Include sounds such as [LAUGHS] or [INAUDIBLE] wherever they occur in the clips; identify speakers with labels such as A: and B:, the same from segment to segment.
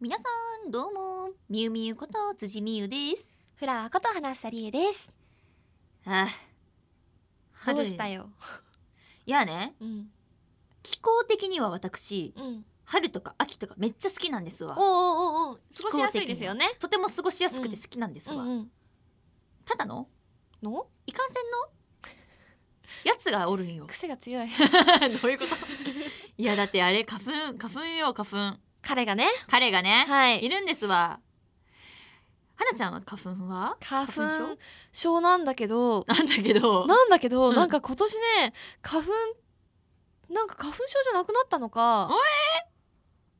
A: 皆さんどうもみゆみゆこと辻みゆです
B: フラーこと花さりえです。
A: ああ
B: どうしたよ。
A: いやね
B: うん
A: 気候的には私
B: うん。
A: 春とか秋とかめっちゃ好きなんですわ
B: おおおうおう過ごしやすいですよね。
A: とても過ごしやすくて好きなんですわ、
B: うん。
A: ただの
B: の
A: いかんせんのやつがおるん
B: [LAUGHS]
A: よ
B: 癖が強い。
A: どういうこと [LAUGHS] いやだってあれ花粉花粉よ花粉
B: 彼がね。
A: 彼がね、、
B: はいい。
A: るんですわはなちゃんは花粉は
B: 花
A: 花粉
B: 粉症なんだけど、
A: なんだけど
B: なんだけど、
A: うん
B: なんか今年ね花粉なんか花粉症じゃなくなったのか。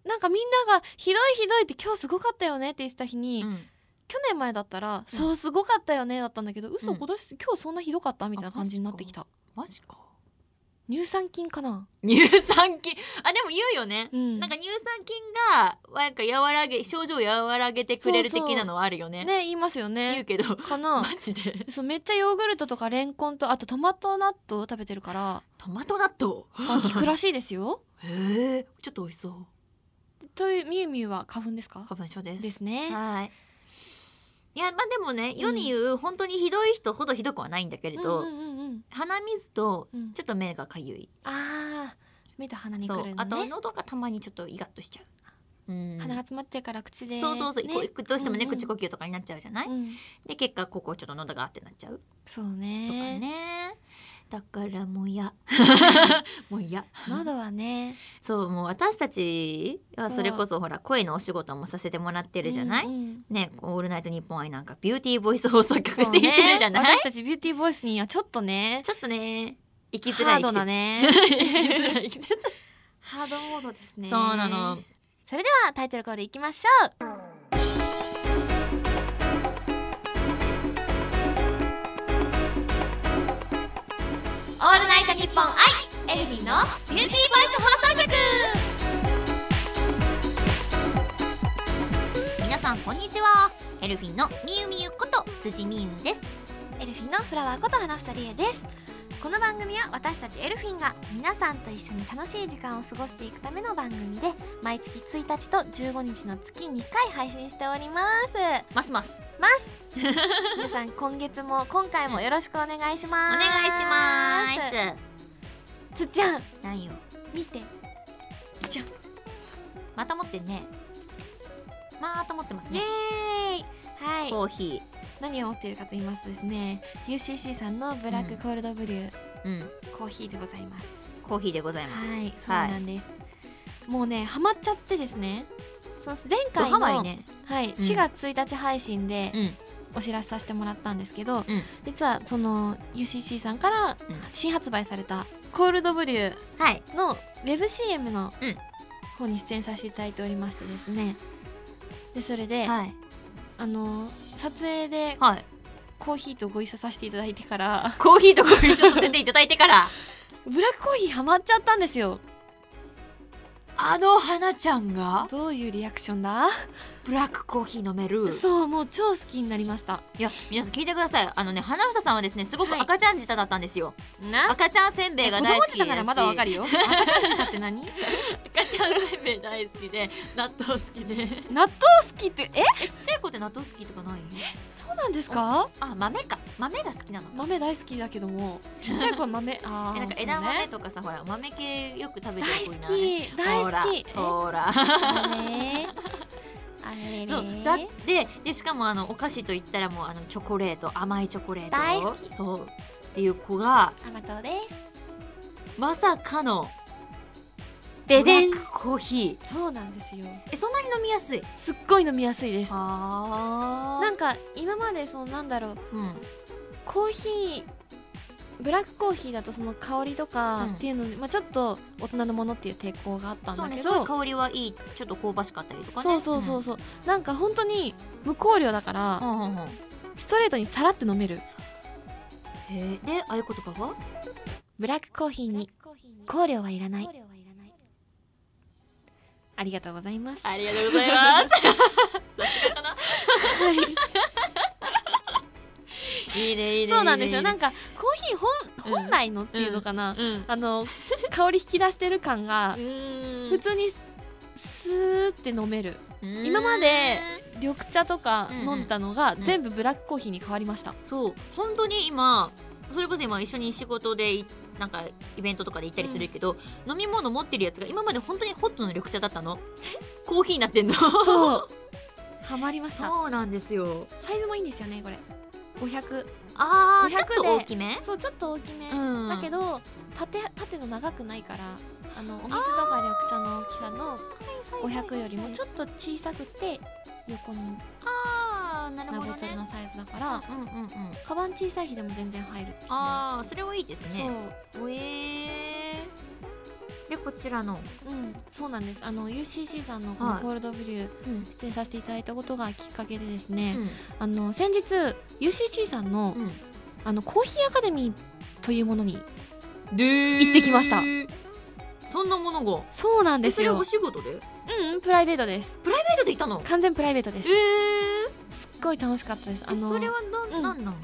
B: なんかみんながひどいひどいって今日すごかったよねって言ってた日に、
A: うん
B: 去年前だったら、そうすごかったよねだったんだけど嘘、
A: うん
B: 今年今日そんなひどかったみたいな感じになってきた
A: マジか
B: 乳酸菌かな
A: 乳酸菌あでも言うよね、
B: うん
A: なんか乳酸菌がなんか和らげ症状を和らげてくれる
B: そうそう
A: 的なのはあるよね
B: ね言いますよね
A: 言うけど
B: か
A: [LAUGHS]
B: な
A: マジで
B: そうめっちゃヨーグルトとかレンコンとあとトマトナットを食べて
A: [LAUGHS]
B: るから
A: トマト納豆
B: が効くらしいですよ
A: へえちょっと美味しそう
B: というみゆみゆは花粉ですか
A: 花粉症です
B: ですね
A: はいいやまあでもね世に言う、本当にひどい人ほどひどくはないんだけれど、
B: うんうんうん
A: 鼻水と
B: うん、
A: ちょっと目がかゆい、
B: あー目と鼻にく
A: そう
B: るの
A: あと
B: ね
A: 喉がたまにちょっとイガッとしちゃう、うん、
B: 鼻が詰まってるから口で
A: そうそうそう、
B: ね
A: こうどうしてもね、
B: うんうん
A: 口呼吸とかになっちゃうじゃない、
B: うん
A: で結果ここちょっと喉があってなっちゃう
B: そう
A: とか
B: ね
A: ねだからも [LAUGHS] うやもうや
B: 喉はね
A: そうもう私たちは
B: そう
A: それこそほら声のお仕事もさせてもらってるじゃない、
B: う
A: [LAUGHS]
B: んうん
A: ね「オールナイトニッポン愛」なんかビューティーボイス放送局
B: そう
A: って言ってるじゃない、
B: ね、私たちビューティーボイスにはちょっと
A: [LAUGHS]
B: ね
A: ちょっとね生きづら
B: ハ
A: い
B: ードな
A: [LAUGHS]
B: ね
A: 生きづらい生きづらい
B: ハードモードですね
A: そうなの
B: それではタイトルコールいきましょう
A: 「オールナイトニッポン愛」エルフィーのビューティーボイス放送局皆さんこんにちはエルフィンのみゆみゆこと辻みゆです
B: エルフィンのフラワーこと花ふたりえですこの番組は私たちエルフィンが皆さんと一緒に楽しい時間を過ごしていくための番組で毎月1日と15日の月2回配信しております [LAUGHS]
A: ますます
B: 皆さん今月も今回もよろしくお願いし
A: お
B: ます
A: 願いします
B: すつっちゃん
A: 何よ
B: 見て
A: じゃんまた持ってんねまた持ってます
B: イエ
A: ね
B: ーイはい
A: コーヒ
B: 何を持っているかと言いますとですね UCC さんのブラックコールドブリュー、
A: ーうん
B: コーヒーでございます
A: コーヒーでございます
B: はい、そうなんです。もうね、ハマっちゃってですね。その前
A: ド
B: 回
A: ハ
B: の、
A: マりね
B: は
A: う
B: い、
A: ん
B: 4月1日配信で
A: うん
B: お知らせさせてもらったんですけど、
A: ん
B: 実はその UCC さんから
A: うん
B: 新発売されたコールドブリュ
A: はい
B: ーのウェブ CM の
A: うん
B: 方に出演させていただいておりましてですね。でそれで、
A: はい
B: あの撮影で
A: はい
B: コーヒーとご一緒させていただいてから [LAUGHS]
A: コーヒーとご一緒させていただいてから
B: ブラックコーヒーハマっちゃったんですよ
A: [LAUGHS] あの花ちゃんが
B: どういうリアクションだ、
A: ブラックコーヒー飲める
B: そうもう超好きになりました
A: いや皆さん聞いてくださいあのね花房さんはですねすごく
B: はい
A: 赤ちゃん舌だったんですよ、
B: な
A: 赤ちゃんせんべいが大好き
B: 子供舌ならまだわか
A: る
B: るよ赤ちゃん舌って [LAUGHS] 何
A: [LAUGHS] 赤ちゃんせんべい大好きで納豆好き [LAUGHS] で
B: 納豆好きってえ
A: えちっちゃい子って納豆好きとかない
B: そうなんですか
A: あ豆か豆が好きなのか
B: 豆大好きだけどもちっちゃい子は豆あ [LAUGHS] ー
A: えなんか
B: そうね
A: 枝豆とかさ、ほら豆系よく食べてる
B: 大
A: 子い
B: 好
A: ない
B: き大好きえ
A: ほらほら
B: あれあれ
A: そうだってでしかもあのお菓子といったらもうあのチョコレート甘いチョコレート
B: 大好き
A: そうっていう子が
B: 甘党です
A: まさかの
B: ででん
A: ブラックコーヒ
B: そうなんですよ
A: ーえそんなに飲みやすい
B: すっごい飲みやすいです
A: あ
B: なんか今までそのなんだろう
A: うん
B: コーヒーブラックコーヒーだとその香りと
A: うん
B: かっていうので、まあちょっと大人のものっていう抵抗があったん
A: そう
B: だ
A: ね
B: け
A: す
B: ど、
A: ごい香りはいいちょっと香ばしかったりとかね
B: そうそうそうそう、なんか本当に無香料だから、
A: うん、うんうんうん
B: ストレートにさらって飲める
A: へえであいう言葉は
B: ブラックコーヒーに香料はいらないありがとうございます
A: ありがとうございますさすがかないいねいいね
B: [LAUGHS] そうなんですよなん
A: か
B: かコーヒー本
A: うん
B: 本来のっていうのかな、
A: うん
B: あの香り引き出してる感が
A: うーん
B: 普通にスーって飲める今まで緑茶とか
A: うんうん
B: 飲んでたのが
A: ん
B: 全部ブラックコーヒーに変わりました、
A: そう本当に今それこそ今一緒に仕事でいなんかイベントとかで行ったりするけど、飲み物持ってるやつが今まで本当にホットの緑茶だったの [LAUGHS] コーヒーになってんのう
B: [LAUGHS] そうハマりました
A: [LAUGHS] そうなんですよ
B: サイズもいいんですよねこれ500
A: ああちょ
B: 500
A: っと大きめ
B: そうちょっと大きめ、
A: うん
B: だけど縦縦の長くないからあのお水とか緑茶の大きさの500よりもちょっと小さくて横に
A: ああなる
B: な
A: ほ
B: ボ
A: ど
B: トル
A: ね
B: のサイズだから
A: うんうんうん
B: カバン小さい日でも全然入るっていう
A: ああそれはいいです
B: そ
A: ねおえー、でこちらの
B: う、うん、そうなんですあの UCC さんのこ
A: は
B: の
A: い
B: コールドビュー
A: うん
B: 出演させていただいたことがきっかけでですね、
A: うん
B: あの先日 UCC さんの,、
A: うん
B: あのコーヒーアカデミーというものに
A: で行
B: ってきました
A: そんなものが
B: そうなんで
A: え
B: す
A: それは
B: よ
A: お仕事で
B: うんうんプライベートです
A: ペイトで行ったの
B: 完全プライベートです
A: えー、
B: すっごい楽しかったですあ
A: え
B: の
A: それはな,、
B: うん
A: ん、なんなん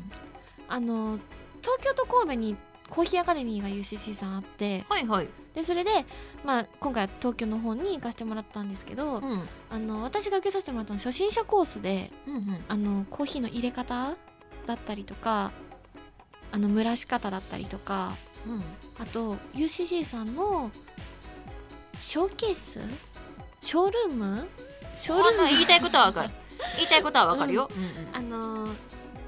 B: あの東京と神戸にコーヒーアカデミーが UCC さんあって
A: はいはい
B: でそれで、まあ、今回は東京の方に行かせてもらったんですけ
A: う
B: ど、
A: ん
B: あの私が受けさせてもらったのは初心者コースで
A: うんうん
B: あのコーヒーの入れ方だったりとかあの蒸らし方だったりとか
A: うん
B: あと UCC さんのショーケースショールームショールーム
A: あ言いたいことはわかる言いたいことはわかるよ、うん
B: あの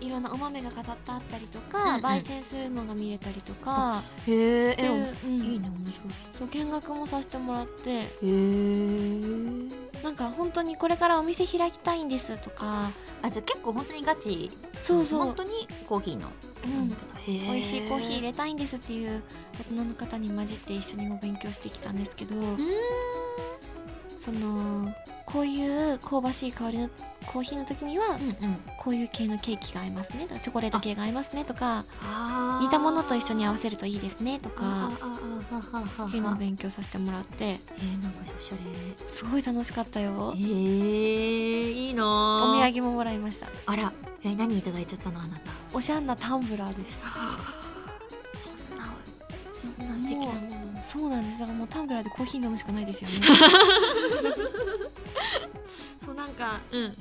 B: いろんなお豆が飾ってあったりとか、
A: うんうん
B: 焙煎するのが見れたりとか、
A: へえ
B: っていううん
A: いいね面白
B: そう見学もさせてもらって
A: そうへえ
B: なんか本当にこれからお店開きたいんですとか
A: あじゃあ結構本当にガチ
B: そうそう、
A: 本当にコーヒーの
B: うん
A: 美
B: 美味しいコーヒー入れたいんですっていう大人の方に混じって一緒にお勉強してきたんですけどそのこういう香ばしい香りのコーヒーの時には
A: うんうん
B: こういう系のケーキが合いますねとかチョコレート系が合いますねとか
A: あ
B: 似たものと一緒に合
A: わ
B: わせるといいですねと
A: あ
B: か
A: ーあーあーあーあーあーあー
B: っていうのを勉強させてもらって
A: えー、なんかおしゃれ
B: すごい楽しかったよ
A: えー、いいな
B: お
A: お
B: 土産ももらいました
A: あらえー、何いただいちゃったのあなた
B: おしゃんなタンブラーです
A: そんなそんな素敵なもの
B: そうなんですだからもうタンブラーでコーヒー飲むしかないですよね [LAUGHS] そうなんか、
A: うん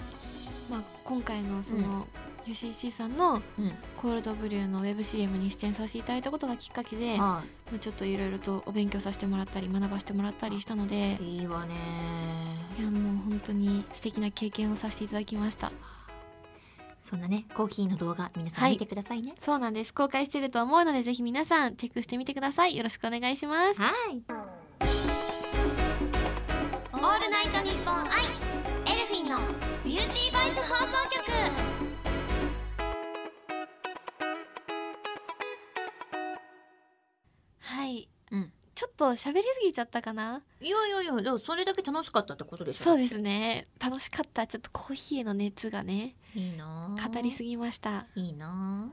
B: まあ、今回のその、UCC さんの
A: うん
B: コールドブリューのウェブ CM に出演させていただいたことがきっかけで、ま
A: は
B: あ、ちょっといろいろとお勉強させてもらったり学ばせてもらったりしたので
A: いいいわね
B: いやもう本当に素敵な経験をさせていただきました
A: そんなねコーヒーの動画皆さ
B: は
A: ん
B: い
A: 見てくださいね
B: そうなんです公開してると思うのでぜひ皆さんチェックしてみてくださいよろしくお願いします
A: はい
C: オールナイトニッポンアイエルフィンのビューティーバイス放送局
B: はい、
A: うん
B: ちょっと喋りすぎちゃったかない
A: やいやいやでもそれだけ楽しかったってことでしょ
B: そうですね楽しかったちょっとコーヒーへの熱がね
A: いいなあ
B: 語りすぎました
A: いいな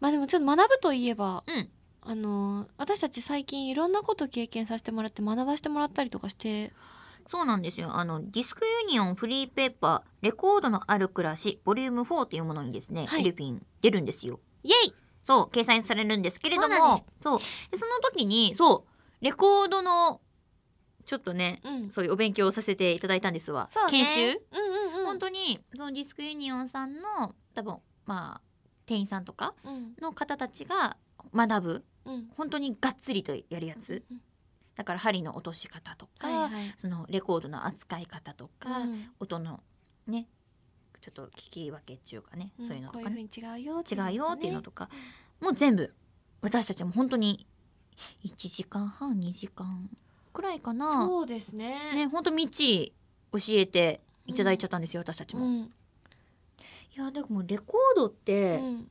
B: まあでもちょっと学ぶといえば、
A: うん
B: あの私たち最近いろんなこと経験させてもらって学ばせてもらったりとかして
A: あそうなんですよあのディスクユニオンフリーペーパーレコードのある暮らしボリューム4というものにですね、
B: はい
A: フィリピン出るんですよ
B: イエイ
A: そう掲載されるんですけれど
C: そうなん
A: もそうでその時にそうレコードのちょっとね
B: うん
A: そういうお勉強をさせていただいたんですわ、
C: そうね
A: 研修
B: うんうんうん
A: 本当にそのディスクユニオンさんの多分まあ店員さんとか
B: うん
A: の方たちが学ぶ
B: うん
A: 本当にがっつりとやるやつ
B: うん
A: だから針の落とし方とか、
B: はいはい
A: そのレコードの扱い方とか、
B: うん
A: 音のねちょっと聞き分けっていうかね、
B: ん
A: そういうのと
B: こ
A: か
B: ういう
A: ね
B: 風に違うよ
A: 違うよっていうの
B: と
A: とか、もう全部私たちも本当に1時間半2時間くらいか
B: かね
A: な
B: そうですね
A: ね本当みっちり教えていただいちゃったんですよ、私たち
B: う
A: も。い
B: ん
A: やでもレコードっ
B: う
A: て、
B: ん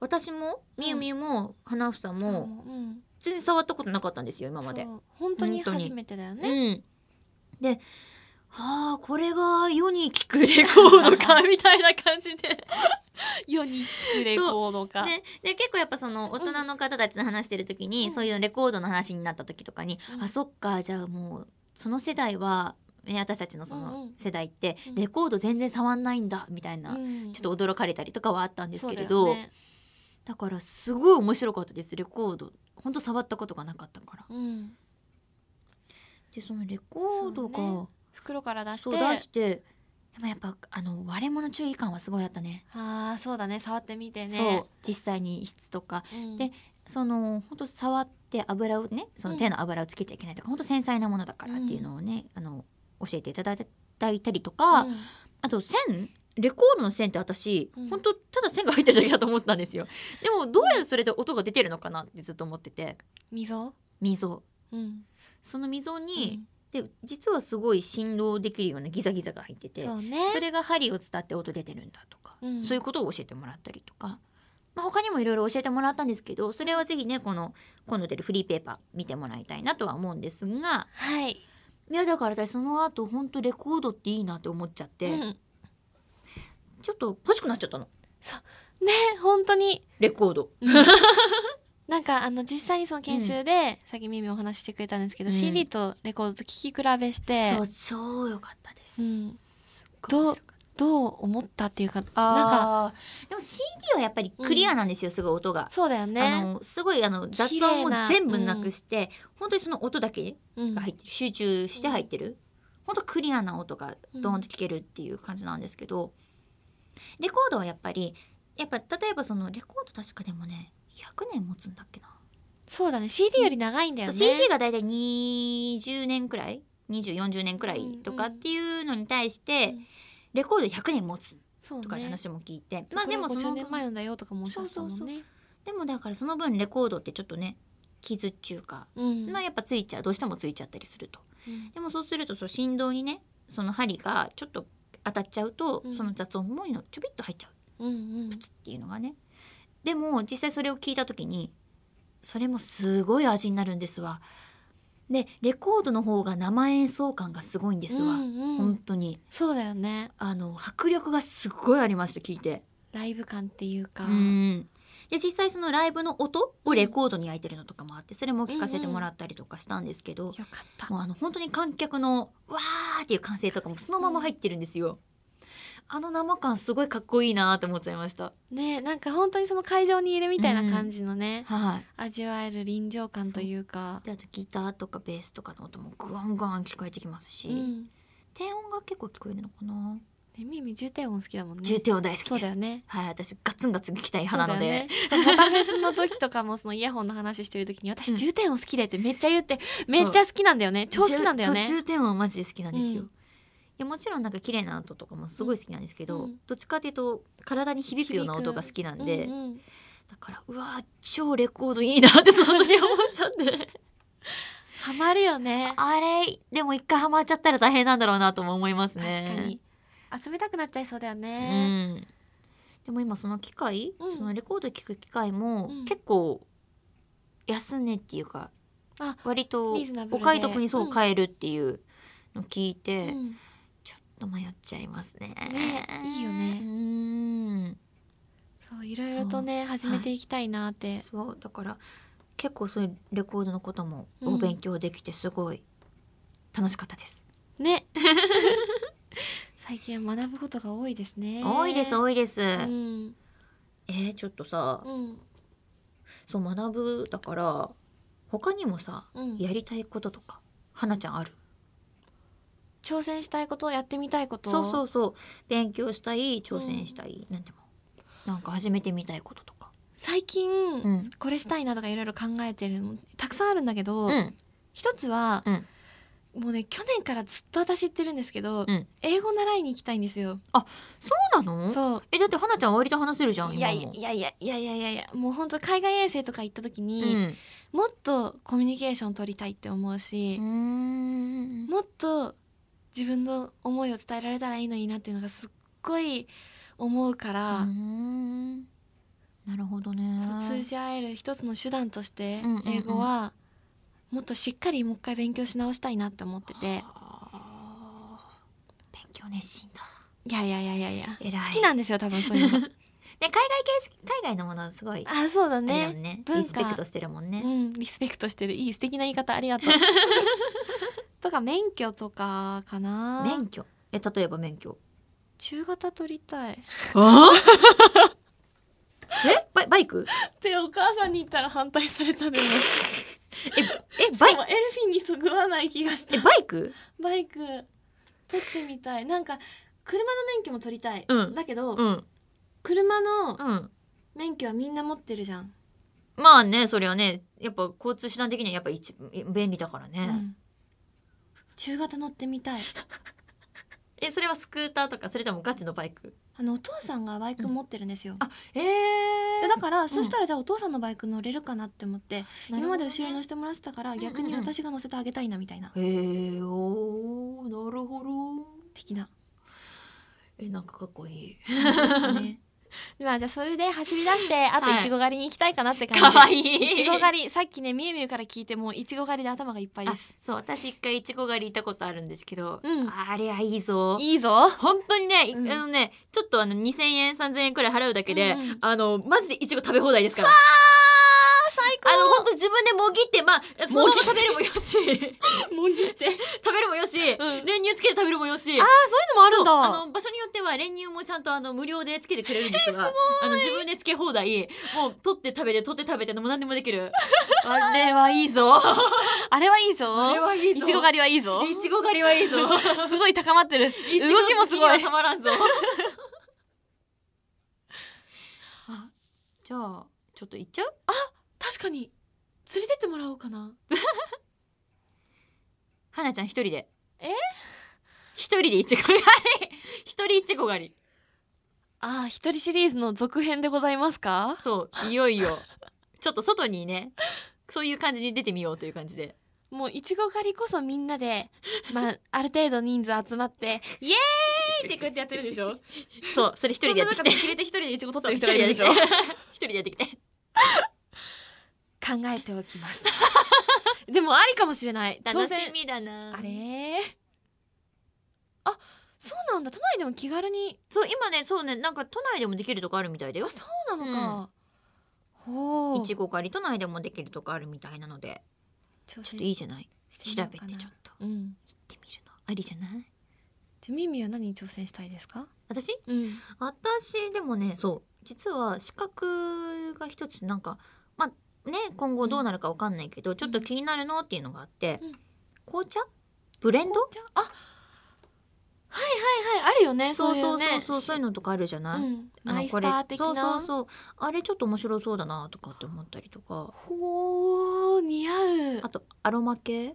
A: 私もみゆみゆも花房も、
B: うん
A: 全然触ったことなかったんですよ今まで。
B: そう本当に
A: 本当に
B: 初めてだ
A: [LAUGHS]
B: よね
A: うん、ではあこれが世に聞くレコードかみたいな感じで
B: 世に聞くレ
A: コ
B: ードか
A: ね、で結構やっぱその大人の方たちの話してる時に、
B: うん
A: そういうレコードの話になった時とかに、
B: うん
A: あそっかじゃあもうその世代は、ね、私たちのそ
B: うんう
A: の
B: ん
A: 世代って
B: うん
A: レコード全然触んないんだみたいな、ちょっと驚かれたりとかはあったん
B: と
A: ですけれどだ,、からすごい面白かったですレコード本当触ったことがなかったからでそのレコードが
B: そうね袋から出して
A: そう出してでもやっぱあの割れ物注意感はすごいあったね
B: ああそうだね触ってみてね
A: そう実際に質とか
B: うん、
A: でその本当触って油をねその手の油をつけちゃいけないとか、ほん、本当繊細なものだからっていうのをね、あの教えていただいたりとか、
B: うん
A: あと線レコードの線って私、
B: うん
A: 本当ただ線が入ってるだけだと思ったんですよでもどうやってそれで音が出てるのかなってずっと思ってて
B: 溝
A: 溝
B: うん
A: その溝に、で実はすごい振動できるようなギザギザが入って
B: うん
A: て
B: そ
A: そ
B: うね
A: れが針を伝って音出てるんだとか、
B: うん
A: そういうことを教えてもらったりとか、まあ、他にもいろいろ教えてもらったんですけどそれはぜひねこの今度出るフリーペーパー見てもらいたいなとは思うんですが
B: はい
A: いやだから私その後本当レコードっていいなって思っちゃって、
B: うん、
A: ちょっと欲しくなっちゃったの
B: ね本当に
A: レコード。
B: なんかあの実際にその研修で、さっきミミお話ししてくれたんですけど、
A: うん
B: CD とレコードと聴き比べして
A: そう超良かったです。
B: うん
A: すっごい面白かった
B: どう思ったっていうかなんか
A: なんかでも CD はやっぱりクリアなんですよ、すごい音が。
B: そうだよ
A: あ
B: ね
A: のすごいあの雑
B: 綺
A: 音
B: 麗
A: も
B: な
A: 全部なくして、本当にその音だけ
B: うん
A: が入ってる集中して入ってる、本当クリアな音がドーンと聞けるっていう感じなんですけど、レコードはやっぱりやっぱ例えばそのレコード確かでもね100年持つんだっけな、
B: そうだね CD より長いんだよ
A: そう
B: ね
A: CD が大体20年くらい2040年くらいとかっていうのに対して、
B: うん
A: レコード100年持つ
B: そう
A: とかいう
B: ね
A: 話も聞いて、
B: ま
A: ま
B: あ
A: あ
B: で
A: で
B: も
A: もそ
B: 50
A: の
B: 年前のだよとかもおっしゃってたもんね
A: そうそうでもだからその分レコードってちょっとね傷っちゅうか、
B: うん
A: まあやっぱついちゃうどうしてもついちゃったりすると。
B: うん
A: でもそうするとその振動にねその針がちょっと当たっちゃうと、
B: うん
A: その雑音もいのちょびっと入っちゃう
B: うんうん
A: プツっていうのがねでも実際それを聞いた時にそれもすごい味になるんですわでレコードの方が生演奏感がすごいんですわ、
B: うんうん
A: 本当に
B: そうだよね
A: あの迫力がすごいありました聞いて
B: ライブ感っていうか、
A: うんで実際そのライブの音をレコードに焼いてるのとかもあってそれも聞かせてもらったりとかしたんですけど、
B: よかった
A: もうあの本当に観客のわーっていう歓声とかもそのまま入ってるんですよ。あの生感すごいかっこいいなーって思っちゃいました。
B: ねなんか本当にその会場にいるみたいな感じのね、
A: はい。
B: 味わえる臨場感というか
A: であとギターとかベースとかの音もグワングワン聞こえてきますし、
B: うん
A: 低音が結構聞こえるのかな。
B: ねみみ重低音好きだもんね
A: 重低音大好き
B: そう
A: で
B: だ
A: す。
B: よね
A: はい、私ガツンガツン聞きたい派なので、
B: そうだよね、そうボタフェスの時とかもそのイヤホンの話してる時に私
A: うん
B: 重点音好きでってめっちゃ言ってめっちゃ好きなんだよね超好きなんだよね
A: 重そう重低音はマジで好きなんですよ。
B: うん
A: いやもちろんなんか綺麗な音とかもすごい好きなんですけど、
B: うん
A: どっちかっていうと体に響くような音が好きなんで、
B: うんうん
A: だからうわー超レコードいいなってその時思っちゃって
B: ハマるよね
A: あれでも一回ハマっちゃったら大変なんだろうなとも思います
B: 確
A: ね
B: かに集めたくなっちゃいそうだよ
A: う
B: ね、
A: んでも今その機械、
B: うん
A: そのレコード聴く機械も
B: うん
A: 結構安値っていうか、
B: あ
A: 割と
B: リーズナブル
A: お
B: で
A: 買い得にそう
B: うん
A: 買えるっていうの聞いて、
B: うん
A: ちょっと迷っちゃいますね
B: ねいいよね
A: うん
B: そういろいろとね始めていきたいなって、
A: そうだから結構そういうレコードのことも
B: うん
A: お勉強できてすごい楽しかったです。
B: ね [LAUGHS] 最近は学ぶことが多いですね
A: 多いです多いです。
B: うん
A: えー、ちょっとさ、
B: うん
A: そう学ぶだから他にもさ、
B: うん
A: やりたいこととか花ちゃんある
B: 挑戦したいことやってみたいこと
A: そうそううそう勉強したい挑戦したい、なんでもなんか始めてみたいこととか。
B: 最近、
A: ん
B: これしたいなとかいろいろ考えてるのたくさんあるんだけど、
A: ん
B: 一つは、
A: うん
B: もうね去年からずっと私言ってるんですけど、
A: うん
B: 英語習いに行きたいんですよ。
A: そうなの
B: そう
A: えだって花ちゃん割と話せるじゃん
B: いや
A: 今
B: いや
A: も
B: い。やいやいやいやいやもう本当海外遠征とか行った時
A: う
B: に、
A: ん
B: もっとコミュニケーション取りたいって思うし
A: う、ん
B: もっと自分の思いを伝えられたらいいのになっていうのがすっごい思うから、
A: うんなるほどね
B: そう通じ合える一つの手段として
A: うんうんうん
B: 英語はもっとしっかりもう一回勉強し直したいなって思ってて
A: あー勉強熱心 [LAUGHS] だ
B: いやいやいやいやいや
A: 偉い
B: 好きなんですよ多分そうい
A: [LAUGHS]
B: うの
A: ね海外系海外のものすごいあ
B: あそうだ
A: れだよ
B: ね
A: ね
B: 文化
A: リスペクトしてるもんね、
B: うんリスペクトしてるいい素敵な言い方あ
A: [LAUGHS]
B: りがとうとか免許とかかな
A: 免許え例えば免許
B: 中型取り
A: [LAUGHS]
B: たい
A: えバイバイク [LAUGHS]
B: ってお母さんに言ったら反対されたでも
A: え
B: し
A: バ
B: か
A: イ
B: もエルフィンにそぐわない気がした
A: えバイク
B: バイク取ってみたいなんか車の免許も取りたい、
A: うん
B: だけど、
A: うん
B: 車の
A: うん
B: 免許はみんな持ってるじゃん、
A: まあねそれはねやっぱ交通手段的にはやっぱ一便利だからね、
B: うん中型乗ってみたい
A: えそれはスクーターとかそれともガチのバイク
B: あのお父さんがバイク持ってるんですよ、
A: あえ
B: で
A: え
B: だから、そしたらじゃあお父さんのバイク乗れるかなって思って、今まで後ろに乗
A: へ
B: せてもらってたから
A: んうんうん
B: 逆に私が乗せてあげたいなみたいな、
A: えー、おーなるほど
B: 的な、
A: えなんかかっこいい
B: ね、 [LAUGHS] まあじゃあそれで走り出してあと
A: はい
B: いちご狩りに行きたいかなって感じ、
A: [LAUGHS] かわいい
B: いちご狩りさっきねみゆみゆから聞いてもういちご狩りで頭がいっぱいで
A: あ
B: す
A: そう私一回いちご狩り行ったことあるんですけど、
B: うん
A: あれはいいぞ
B: いいぞ
A: 本当にね、い
B: うん
A: あのねちょっとあの2000円3000円くらい払うだけで、
B: うんうん
A: あのマジでいちご食べ放題ですから
B: あ最
A: あの本当自分でもぎってまあそのまま食べるもよし [LAUGHS] 食べ
B: 高もう言って
A: るもよし、
B: ん
A: 練乳つけて食べるもよし
B: ああそういうのもあるん
A: そう
B: だ
A: あの場所によっては練乳もちゃんとあの無料でつけてくれるんですが、あの自分でつけ放題もう取って食べて取って食べてもう何でもできるあれはいいぞあ
B: あれはいいぞ
A: れはいい
B: い
A: ぞ
B: ちご狩りはいいぞ
A: いちご狩りはいいぞ
B: [LAUGHS] すごい高まってる動きもす
A: [LAUGHS] いちご好き
B: ごい
A: にはたまらんぞ [LAUGHS] あじゃあちょっと行っちゃう
B: 確かに連れてってもらおうかな
A: はなちゃん一人で
B: え
A: 一人でいちご狩り一人いちご狩り
B: ああ一人シリーズの続編でございますか
A: そういよいよちょっと外にねそういう感じに出てみようという感じで
B: もういちご狩りこそみんなでまあある程度人数集まってイエーイってこうやってやってるんでしょ
A: そうそれ一
B: 一
A: 人でやってきて
B: 切れて一人でいちご取っ
A: そ
B: て
A: う
B: る
A: 一
B: 人
A: 人
B: がい
A: で
B: る
A: やって
B: で
A: き
B: してょ
A: 一人でやってきて
B: 考えておきます [LAUGHS] でもありかもしれない挑
A: 楽し
B: 戦
A: みだな
B: あれあそうなんだ都内でも気軽に
A: そう今ねそうねなんか都内でもできるとこあるみたいだよ
B: そうなのか、ほう
A: いちご狩り都内でもできるとこあるみたいなので
B: ちょ
A: ちょっといいじゃない調べてちょっと
B: とうん
A: 行ってみるのありじゃない
B: じゃあミミは何に挑戦したいですか
A: 私
B: うん
A: 私でもねそう実は資格が一つなんかまあね今後どうなるかわかんないけど、ちょっと気になるのっていうのがあって、
B: うん
A: 紅茶ブレンド
B: じゃああはいはいはいあるよね
A: そ
B: そううい
A: そううそう
B: ね
A: そうそういうのとかあるじゃない、
B: うん、
A: あの
B: マイ
A: こ
B: ス
A: れ
B: ター的な
A: そうそうそうあれちょっと面白そうだなとかって思ったりとか
B: ほー似合う
A: あとアロマ系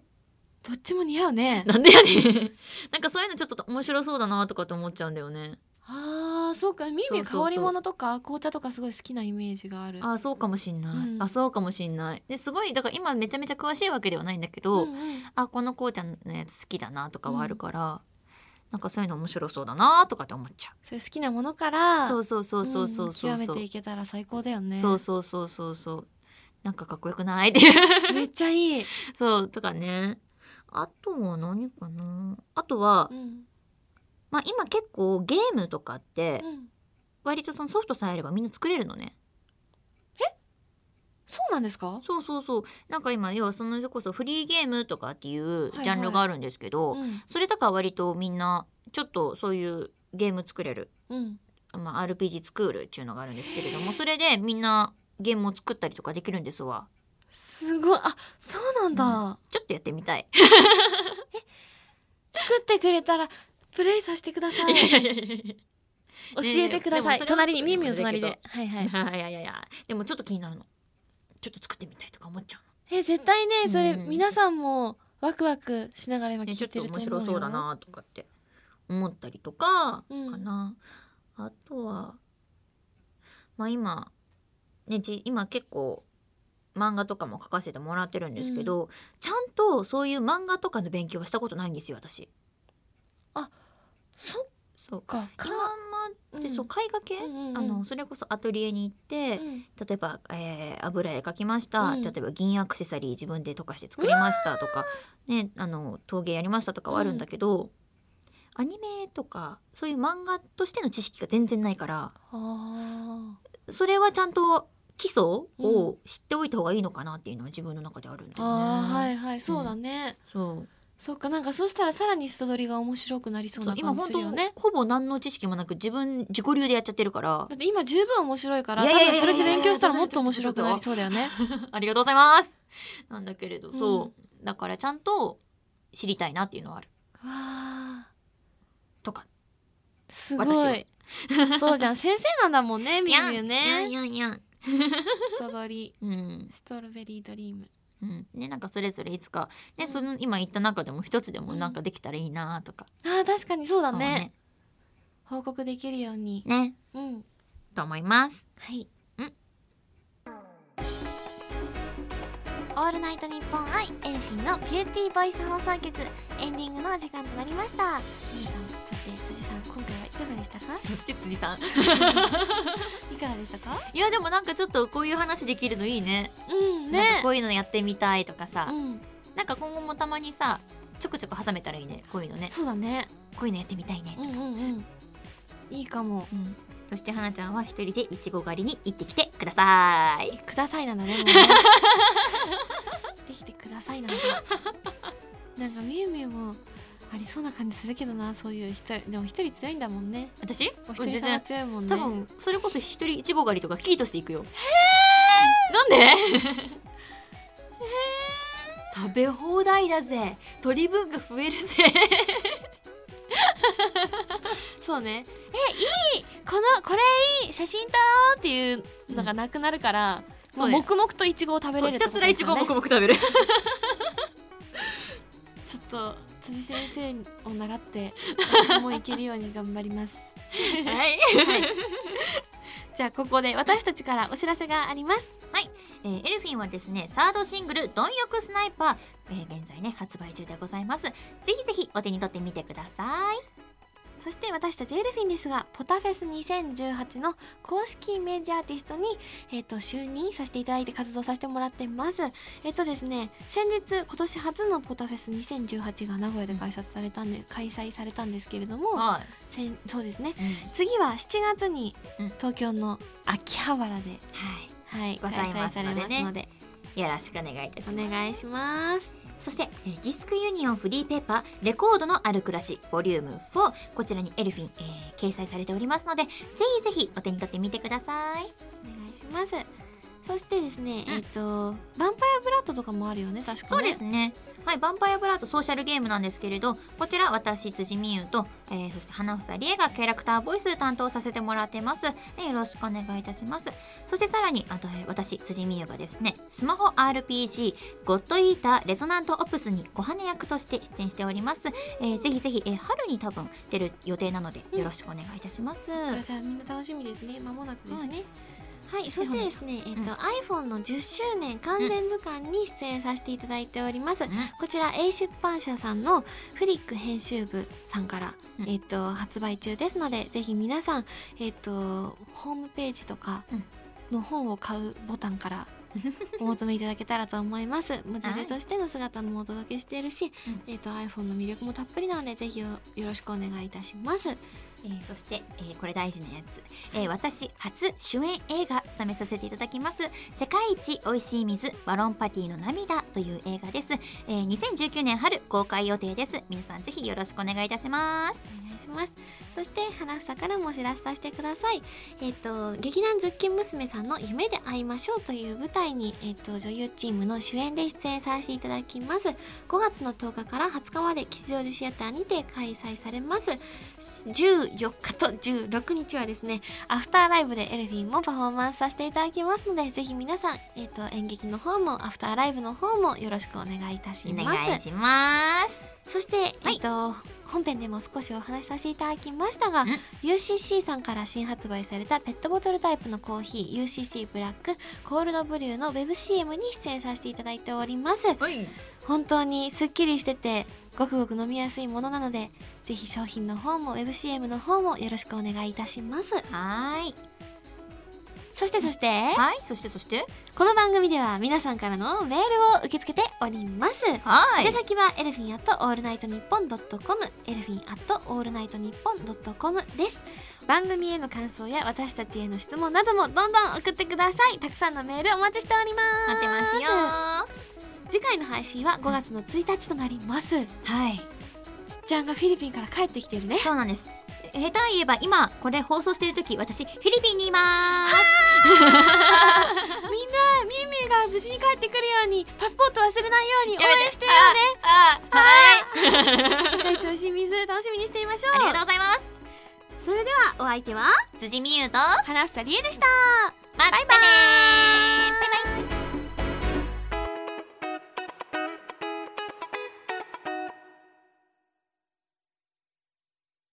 B: どっちも似合うね
A: [LAUGHS] なんでやねんなんかそういうのちょっと面白そうだなとかって思っちゃうんだよね
B: あーそうかミ
A: そう
B: ミ
A: そうそう
B: 香り物とか紅茶とかすごい好きなイメージがある
A: あそうかもしんない、
B: うん
A: あそうかもしんないですごいだから今めちゃめちゃ詳しいわけではないんだけど、
B: うんうん
A: あこの紅茶のやつ好きだなとかはあるから、なんかそういうの面白そうだなとかって思っちゃ
B: そういう好きなものから
A: うそうそうそうそうそ
B: ん
A: うそうそ
B: 極
A: う、
B: めていけたら最高だよね
A: そうそうそうそうそうなんかかっこよくないっていう [LAUGHS]
B: めっちゃいい、
A: そうとかねあとは何かなあとは、
B: うん
A: まあ、今結構ゲームとかって
B: うん
A: 割とそのソフトさえあればみんな作れるのね
B: そうなんですか、
A: そうそうそうなんか今要はそのこそフリーゲームとかっていう
B: いはい
A: ジャンルがあるんですけど、
B: うん
A: それとか割とみんなちょっとそういうゲーム作れる
B: うん、
A: まあ、RPG スクールっていうのがあるんですけれどもそれでみんなゲームを作ったりとかできるんですわ
B: すごいあそうなんだ、
A: うちょっとやってみた
B: [LAUGHS]
A: い
B: 作ってくれたらプレイさせてください教えてください、
A: ねえでもそれは
B: 隣にミミの隣で
A: そ
B: はいは
A: [LAUGHS]
B: い
A: いやいやいやいやでもちょっと気になるのちょっと作ってみたいとか思っちゃ
B: え絶対ねそれ、
A: うん
B: 皆さんもワクワクしながら今
A: うの、ね、ち
B: 聞
A: ょ
B: い
A: ってと
B: ると思うよ
A: 面白そうだなとかって思ったりとかか
B: うん
A: な、あとはまあ今ねじ今結構漫画とかも書かせてもらってるんですけど、ちゃんとそういう漫画とかの勉強はしたことないんですよ私
B: そっ
A: そう
B: か
A: 今までそう
B: か、
A: 絵画系、
B: うんうんうん
A: あのそれこそアトリエに行って、
B: うん
A: 例えば、えー油絵描きました、
B: うん
A: 例えば銀アクセサリー自分で溶かして作りましたとか、ね、あの陶芸やりましたとかはあるんだけど、アニメとかそういう漫画としての知識が全然ないから
B: あ
A: それはちゃんと基礎を知っておいた方がいいのかなっていうのは自分の中であるん
B: ー
A: だよね。
B: あーはいはいそうだね、
A: そう
D: そうかなんかそしたらさらにストドリが面白くなりそう
A: そう
D: な
A: 今
D: 感じ
A: 本
D: するよ
A: 当、
D: ね
A: ほぼ何の知識もなく自分自己流でやっちゃってるから
B: [LAUGHS]
D: だって今十分面白いから
A: い
D: 多
A: やいやいや
D: 分
A: いや
D: それで勉強したらもっと面白くなりそうだよね。
A: ありがとうございますなんだけれど、
D: うん
A: そうだからちゃんと知りたいなっていうのはある
D: わあ
A: とか
D: す
A: 私
D: ごい。そうじゃん先生なんだもんねみゆみゆ
A: やん
D: ね。
A: やんやんやん
D: ストドリ
A: うん
D: ストロベリードリーム。
A: うんね、なんかそれぞれいつか、ね
D: うん
A: その今言った中でも一つでも
D: うん
A: なんかできたらいいなとか、
D: あー確かにそうだ
A: そう
D: ね。報告できるように。
A: ねね
D: うん
A: と思います
D: はい。
B: オールナイトニッポンアイエルフィンのビューティーボイス放送局エンディングのお時間となりましたみゆさんそして辻さん今回はいかがでしたか
A: そして辻さん
D: いかがでしたか？
A: いやでもなんかちょっとこういう話できるのいいね
D: うん
A: なんか
D: ね
A: こ。ういうのやってみたいとかさ、
D: うん
A: なんか今後もたまにさちょくちょく挟めたらいいねこういうのね
D: そうだね。
A: こういうのやってみたいね
D: う、んうんうん。いいかも。
A: うん、そしてはなちゃんは一人でいちご狩りに行ってきてください
D: くださいなんだね。 [LAUGHS] もうねできてくださいなんだ。なんかみゆみゆもありそうな感じするけどな、そういう人でも一人強いんだもんね。
A: 私
D: お一
A: うん
D: 人
A: 全
D: さんが
A: 然
D: 強いもんね。
A: 多分それこそ一人いちご狩りとかキーとしていくよなんで食べ放題だぜ鳥分が増えるぜ
D: そうね。えいいこのこれいい写真撮ろうっていうのがなくなるから、
A: そうね
D: もう黙々とイチゴを食べ
A: [LAUGHS] そ
D: れ
A: う
D: るって
A: ひた
D: こと
A: す
D: で
A: ら
D: よ
A: いちごを
D: ね
A: もくもく食べる
D: ちょっと辻先生を習って私もいけるように頑張ります。
A: はい
D: [LAUGHS]
A: [LAUGHS]
D: じゃあここで私たちからお知らせがあります。
A: えーエルフィンはですねサードシングル「貪欲スナイパー」えー現在ね発売中でございますぜひぜひお手に取ってみてください
B: そして私たちエルフィンですがポタフェス2018の公式イメージアーティストに、えっと就任させていただいて活動させてもらってますえっ、とですね先日今年初のポタフェス2018が名古屋で開催されたんで開催されたんですけれども
A: は
B: せんそうですね
A: い、うん
B: 次は7月に
A: うん
B: 東京の秋葉原で、
A: は
B: はい、
A: ご
B: 開
A: ざいま
B: 催
A: すの
B: さ
A: で
B: れ
A: ね
B: ますので
A: い、よろしくお願いいたします
B: お願いします
A: そして、えーディスクユニオンフリーペーパーレコードのある暮らしボリューム4こちらにエルフィン、えー掲載されておりますのでぜひぜひお手に取ってみてください
B: お願いしますそしてですね、
A: うん
B: えっ、と「ヴァンパイアブラッド」とかもあるよね確かね
A: そうですねはい「ヴァンパイアブラードソーシャルゲーム」なんですけれどこちら私辻美優と、えーそして花房理恵がキャラクターボイス担当させてもらってますでよろしくお願いいたしますそしてさらにあと、えー私辻美優がですねスマホ RPG「ゴッドイーターレゾナントオプス」に小羽役として出演しております、えーぜひぜひ、えー春に多分出る予定なのでよろしくお願いいたします、
D: じゃあみんな楽しみですね。間もなくですね。
B: はい、そしてですね、えっ、と、iPhone の10周年完全図鑑に出演させていただいております。
A: うん
B: こちら A 出版社さんのフリック編集部さんから、
A: うん
B: えっ、と、発売中ですので、ぜひ皆さん、えっ、と、ホームページとか
A: うん
B: の本を買うボタ
D: [LAUGHS]
B: ンから、お求めいただけたらと思います。モデルとしての姿もお届けしているし、
A: うん
B: えっ、と iPhone の魅力もたっぷりなので、ぜひよろしくお願いいたします。
A: えーそして、えーこれ大事なやつ、えー私初主演映画務めさせていただきます「世界一おいしい水マロンパティの涙」という映画です、えー2019年春公開予定です皆さんぜひよろしくお願いいたします
B: お願いしますそして花房からもお知らせさせてくださいえっ、と劇団ズッキン娘さんの「夢で会いましょう」という舞台に、えっと女優チームの主演で出演させていただきます5月の10日から20日まで吉祥寺シアターにて開催されます14日と16日はですねアフターライブでエルフィンもパフォーマンスさせていただきますのでぜひ皆さん、えっと演劇の方もアフターライブの方もよろしくお願いいたし
A: お
B: ます
A: 願いします
B: そして、えっと、本編でも少しお話しさせていただきましたが
A: ん
B: UCC さんから新発売されたペットボトルタイプのコーヒー UCC ブラックコールドブリューの WebCM に出演させていただいております
A: はい
B: 本当にすっきりしててごくごく飲みやすいものなのでぜひ商品の方も WebCM の方もよろしくお願いいたします
A: はい
B: そしてそして
A: はいそしてそして
B: この番組では皆さんからのメールを受け付けております
A: は
B: で先はエルフィンアットオールナイトニッポンドットコムエルフィンアットオールナイトニッポンドットコムです番組への感想や私たちへの質問などもどんどん送ってくださいたくさんのメールお待ちしております
A: 待ってますよ
B: 次回の配信は5月の1日となりますつっ
A: はい
B: ちゃんがフィリピンから帰ってきてるね
A: そうなんです下手に言えば今これ放送してる時私フィリピンにいます
B: [LAUGHS] みんなみーみーが無事に帰ってくるようにパスポート忘れないように応
A: やめて
B: 援 [LAUGHS] してよね
A: ああはい
B: 世界一美味しい水楽しみにしていましょ
A: あり
B: う
A: がとうございます
B: それではお相手は
A: 辻美優と
B: 花房理恵でした
A: またねーバイバイ